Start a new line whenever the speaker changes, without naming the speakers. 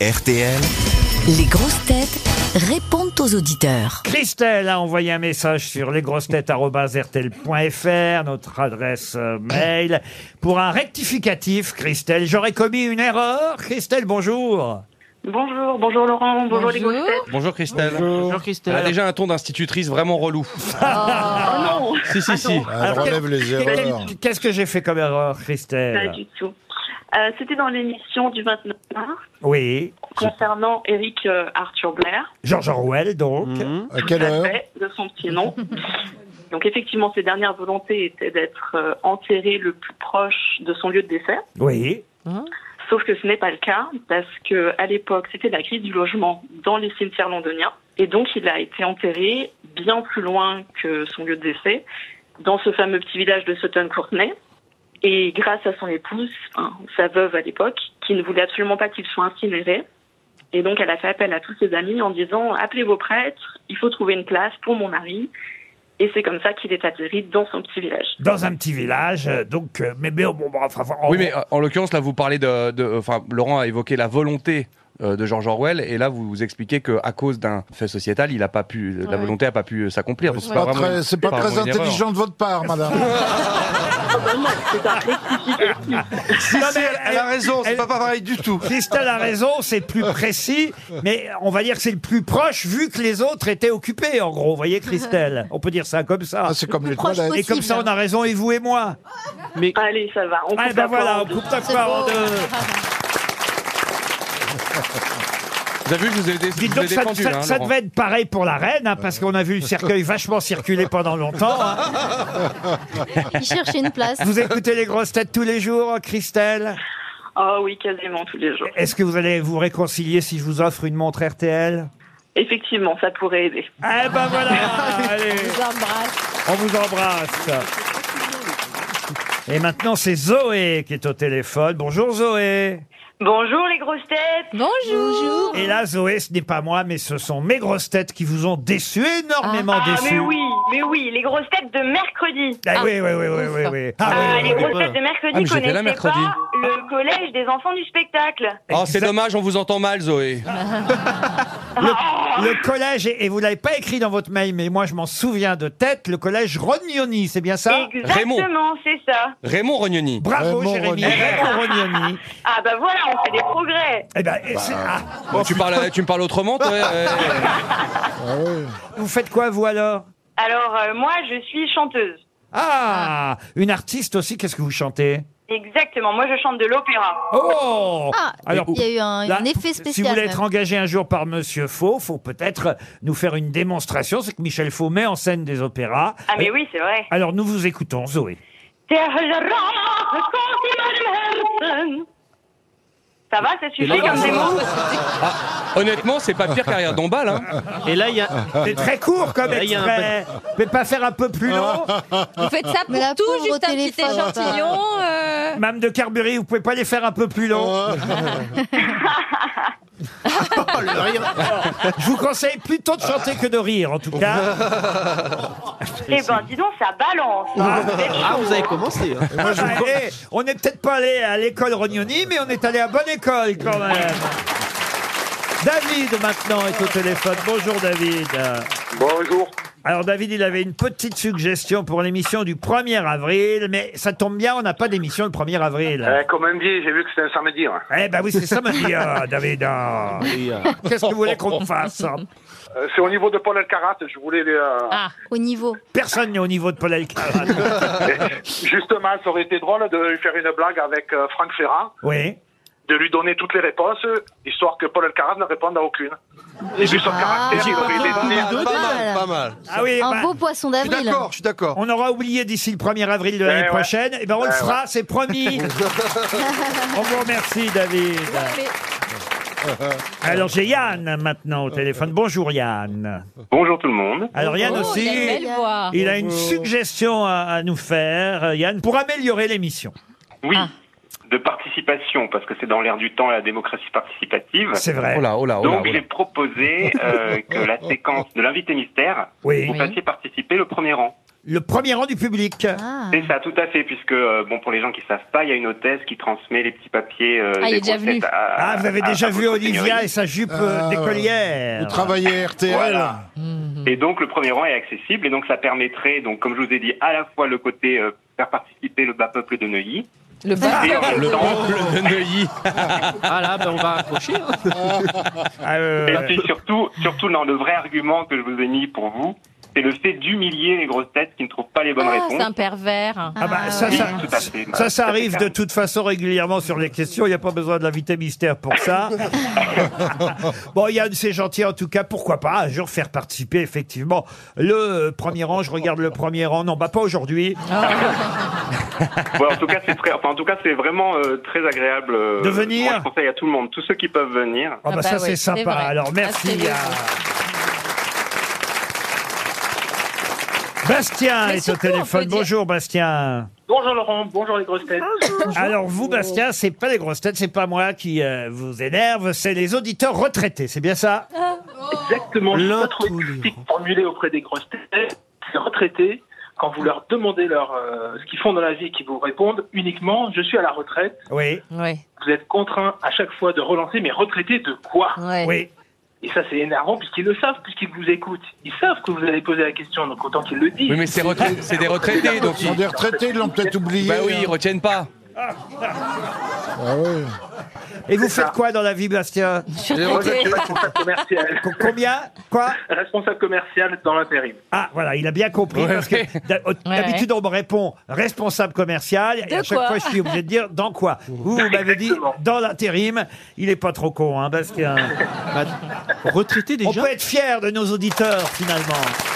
RTL.
Les grosses têtes répondent aux auditeurs.
Christelle a envoyé un message sur lesgrossetêtes.rtl.fr, notre adresse euh, mail, pour un rectificatif, Christelle. J'aurais commis une erreur. Christelle, bonjour.
Bonjour, bonjour Laurent, bonjour, les grosses têtes.
Bonjour Christelle. Bonjour Christelle. Elle a Ah, déjà un ton d'institutrice vraiment relou.
Ah non,
Si, si, si.
Alors,
Elle relève les
Quel-
erreurs.
Qu'est-ce que j'ai fait comme erreur,
pas
Christelle
du tout. Euh, C'était dans l'émission du 29 mars
Oui.
concernant Eric euh, Arthur Blair,
George Orwell, donc.
Mhm.
À quelle
la
heure
paix de son petit nom. Donc effectivement, ses dernières volontés étaient d'être euh, enterré le plus proche de son lieu de décès.
Oui.
Sauf que ce n'est pas le cas parce que à l'époque, c'était la crise du logement dans les cimetières londoniens et donc il a été enterré bien plus loin que son lieu de décès dans ce fameux petit village de Sutton Courtenay. Et grâce à son épouse, hein, sa veuve à l'époque, qui ne voulait absolument pas qu'il soit incinéré, et donc elle a fait appel à tous ses amis en disant appelez vos prêtres, il faut trouver une place pour mon mari. Et c'est comme ça qu'il est atterri dans son petit village.
Dans un petit village, euh, donc, euh, mais, mais, oh, bon, bah, enfin, en-
Oui, mais euh, en l'occurrence, là, vous parlez de. de- Enfin, Laurent a évoqué la volonté euh, de George Orwell, et là, vous, vous expliquez qu'à cause d'un fait sociétal, il a pas pu, la volonté a pas pu euh, s'accomplir. donc
C'est pas
vraiment
très,
une-
c'est pas
pas
très
vraiment une erreur.
intelligent de votre part, madame.
C'est un rectificatif.
Non, mais
Elle a raison, c'est
elle-
pas pareil du tout.
Christelle a raison, c'est plus précis, mais on va dire que c'est le plus proche vu que les autres étaient occupés, en gros. Vous voyez, Christelle On peut dire ça comme ça.
Ah, c'est comme les
proche
toilettes.
Et comme ça, on a raison, et vous et moi.
Allez, ça va. hein. On
Ah
coupe
ben
la
voilà, on
parole.
coupe la poire en deux.
Vous avez vu, je vous ai, dé- je
Dites
vous ai
donc, ça,
défendu.
ça-
hein,
ça
Laurent.
devait être pareil pour la reine, hein, parce qu'on a vu le cercueil vachement circuler pendant longtemps. hein.
Il cherchait une place.
Vous écoutez les grosses têtes tous les jours, hein, Christelle
Ah oui, quasiment tous les jours.
Est-ce que vous allez vous réconcilier si je vous offre une montre RTL
Effectivement, ça pourrait aider.
Eh ben voilà Allez, on vous embrasse et maintenant, c'est Zoé qui est au téléphone. Bonjour Zoé.
Bonjour les grosses têtes.
Bonjour.
Et là, Zoé, ce n'est pas moi, mais ce sont mes grosses têtes qui vous ont déçu, énormément
Ah,
déçu.
mais oui, mais oui, les grosses têtes de mercredi.
Ah, oui, oui, oui, oui, oui, oui. Ah, oui,
Ah,
oui,
les
oui.
grosses têtes de
Ah,
mercredi
mais j'étais
connaissaient
là mercredi.
pas le collège des enfants du spectacle.
Oh, c'est
Exact-
dommage, on vous entend mal, Zoé.
Le collège, et et vous l'avez pas écrit dans votre mail, mais moi je m'en souviens de tête, le collège Rognoni, c'est bien ça
Exactement, c'est ça.
Raymond Rognoni.
Bravo
Raymond
Jérémy,
Rognoni.
Raymond Rognoni.
Ah bah voilà, on fait des progrès.
Eh ben, et c'est-
Bah.
ah,
Bon, tu, parles, tu me parles autrement, toi euh,
Ah oui.
vous faites quoi vous alors
Alors euh, moi, je suis chanteuse.
ah, une artiste aussi, qu'est-ce que vous chantez
Exactement, moi je chante de l'opéra.
Oh
Ah,
Alors,
il y a eu un,
là,
un effet
Si
spécial.
vous voulez être
même.
engagé un jour par Monsieur Faux, faut peut-être nous faire une démonstration. C'est que Michel Faux met en scène des opéras. Euh,
Ah mais oui, c'est vrai.
Alors nous vous écoutons, Zoé.
Ça va, ça suffit comme des mots
Honnêtement, c'est pas pire qu'arrière Dombal. Hein.
Et là, il y a.
C'est très court comme
Là, il y a un
extrait. Mais pas faire un peu plus long
Vous faites ça pour
Mais la
tout,
pauvre
juste
au
un petit
téléphone, quoi.
échantillon. euh,
Mme de Carberry, vous pouvez pas les faire un peu plus long Oh, Je vous conseille plutôt de chanter que de rire, en tout cas.
Eh ben dis donc, ça balance.
Ah, vous avez commencé. hein.
Ah, eh, on n'est peut-être pas allé à l'école Rognoni, mais on est allé à bonne école quand même. David maintenant est au téléphone. Bonjour David.
Bonjour.
Alors David, il avait une petite suggestion pour l'émission du 1er avril, mais ça tombe bien, on n'a pas d'émission le 1er avril.
Euh, comme un biais, j'ai vu que c'était un samedi. hein.
Eh ben oui, c'est ça ma vie, ah, David. ah. Qu'est-ce que vous voulez qu'on fasse hein
Euh, c'est au niveau de Paul Alcarat, je voulais... les, euh,
Au niveau.
Personne n'est au niveau de Paul Alcarat.
Justement, ça aurait été drôle de lui faire une blague avec euh, Franck Ferrand,
Oui.
de lui donner toutes les réponses, histoire que Paul Alcarat ne réponde à aucune. Et vu son caractère, il aurait été donné...
Ah,
Pas mal,
voilà.
pas mal.
Ah oui,
Un
bah,
beau poisson
Je suis
d'avril. Ah,
d'accord, je suis d'accord.
on aura oublié d'ici le 1er avril de
Eh
l'année
ouais.
prochaine. Et ben on le
Ouais,
fera, c'est promis. on vous remercie, David. Alors j'ai Yann maintenant au téléphone. Bonjour Yann.
Bonjour tout le monde.
Alors Yann
Oh,
aussi.
il a une belle voix.
Il a une suggestion à, à nous faire, euh, Yann, pour améliorer l'émission.
Oui, de participation, parce que c'est dans l'air du temps la démocratie participative.
C'est vrai.
Oh là, oh là, oh là.
Donc
oh là.
j'ai proposé euh, que la séquence de l'invité mystère,
Oui.
vous fassiez participer le premier rang.
le premier rang du public.
Ah.
Ah,
C'est ça, tout à fait, puisque euh, bon, pour les gens qui savent pas, il y a une hôtesse qui transmet les petits papiers. euh, des grosses têtes à-
Ah, vous avez
à-
déjà
à
vu
votre
Olivia
seigneurie.
et sa jupe
Ah.
euh, d'écolière.
Vous travaillez RTL. Voilà.
Mm.
Et donc le premier rang est accessible et donc ça permettrait, donc comme je vous ai dit, à la fois le côté euh, faire participer le bas peuple de Neuilly.
Le
bas
peuple de
peuple de Neuilly.
Ah là, ben on va accrocher.
Ah, euh,
Et puis surtout, surtout non, le vrai argument que je vous ai mis pour vous, c'est le fait d'humilier les grosses têtes qui ne trouvent pas les bonnes
Ah,
réponses.
c'est un pervers. Ah
bah, ça,
Oui,
ça-
tout à fait. bah,
Ça, ça arrive de
clair.
toute façon régulièrement sur les questions. Il n'y a pas besoin de l'invité mystère pour ça. bon, Yann, c'est gentil en tout cas. Pourquoi pas un jour faire participer effectivement le euh, premier rang. Je regarde le premier rang. Non, bah pas aujourd'hui.
Ah,
Ouais, en tout cas, c'est très, enfin, en tout cas, c'est vraiment euh, très agréable. euh,
De venir.
Moi, je conseille à tout le monde, tous ceux qui peuvent venir.
Ah bah, ça c'est sympa. Alors merci. euh. à- Bastien
Mais
est au
surtout, on
téléphone.
peut dire-
Bonjour Bastien.
Bonjour Laurent, bonjour les grosses têtes. Ah,
Alors vous Bastien, c'est pas les grosses têtes, c'est pas moi qui euh, vous énerve, c'est les auditeurs retraités. C'est bien ça
Exactement, je pas trouvé de critique formulée auprès des grosses têtes, des retraités, quand vous leur demandez leur, euh, ce qu'ils font dans la vie et qu'ils vous répondent uniquement je suis à la retraite,
Oui.
vous êtes contraint à chaque fois de relancer, mais retraité de quoi
Oui.
Et ça c'est énervant puisqu'ils le savent, puisqu'ils vous écoutent. Ils savent que vous allez poser la question, donc autant qu'ils le disent.
Oui, mais c'est retra- c'est des retraités, donc ils- Bah oui, ils retiennent pas.
Ah
Et vous faites quoi dans la vie Bastien
Moi, je suis responsable commercial.
Combien Quoi
Responsable commercial dans l'intérim.
Ah, voilà, il a bien compris.
Ouais,
parce que
ouais.
d'ha- d'habitude, on me répond responsable commercial.
De
et à chaque
quoi
fois, je suis obligé de dire dans quoi Vous, vous m'avez dit dans l'intérim. Il n'est pas trop con, hein, Bastien. Retraité déjà. On peut être fier de nos auditeurs, finalement.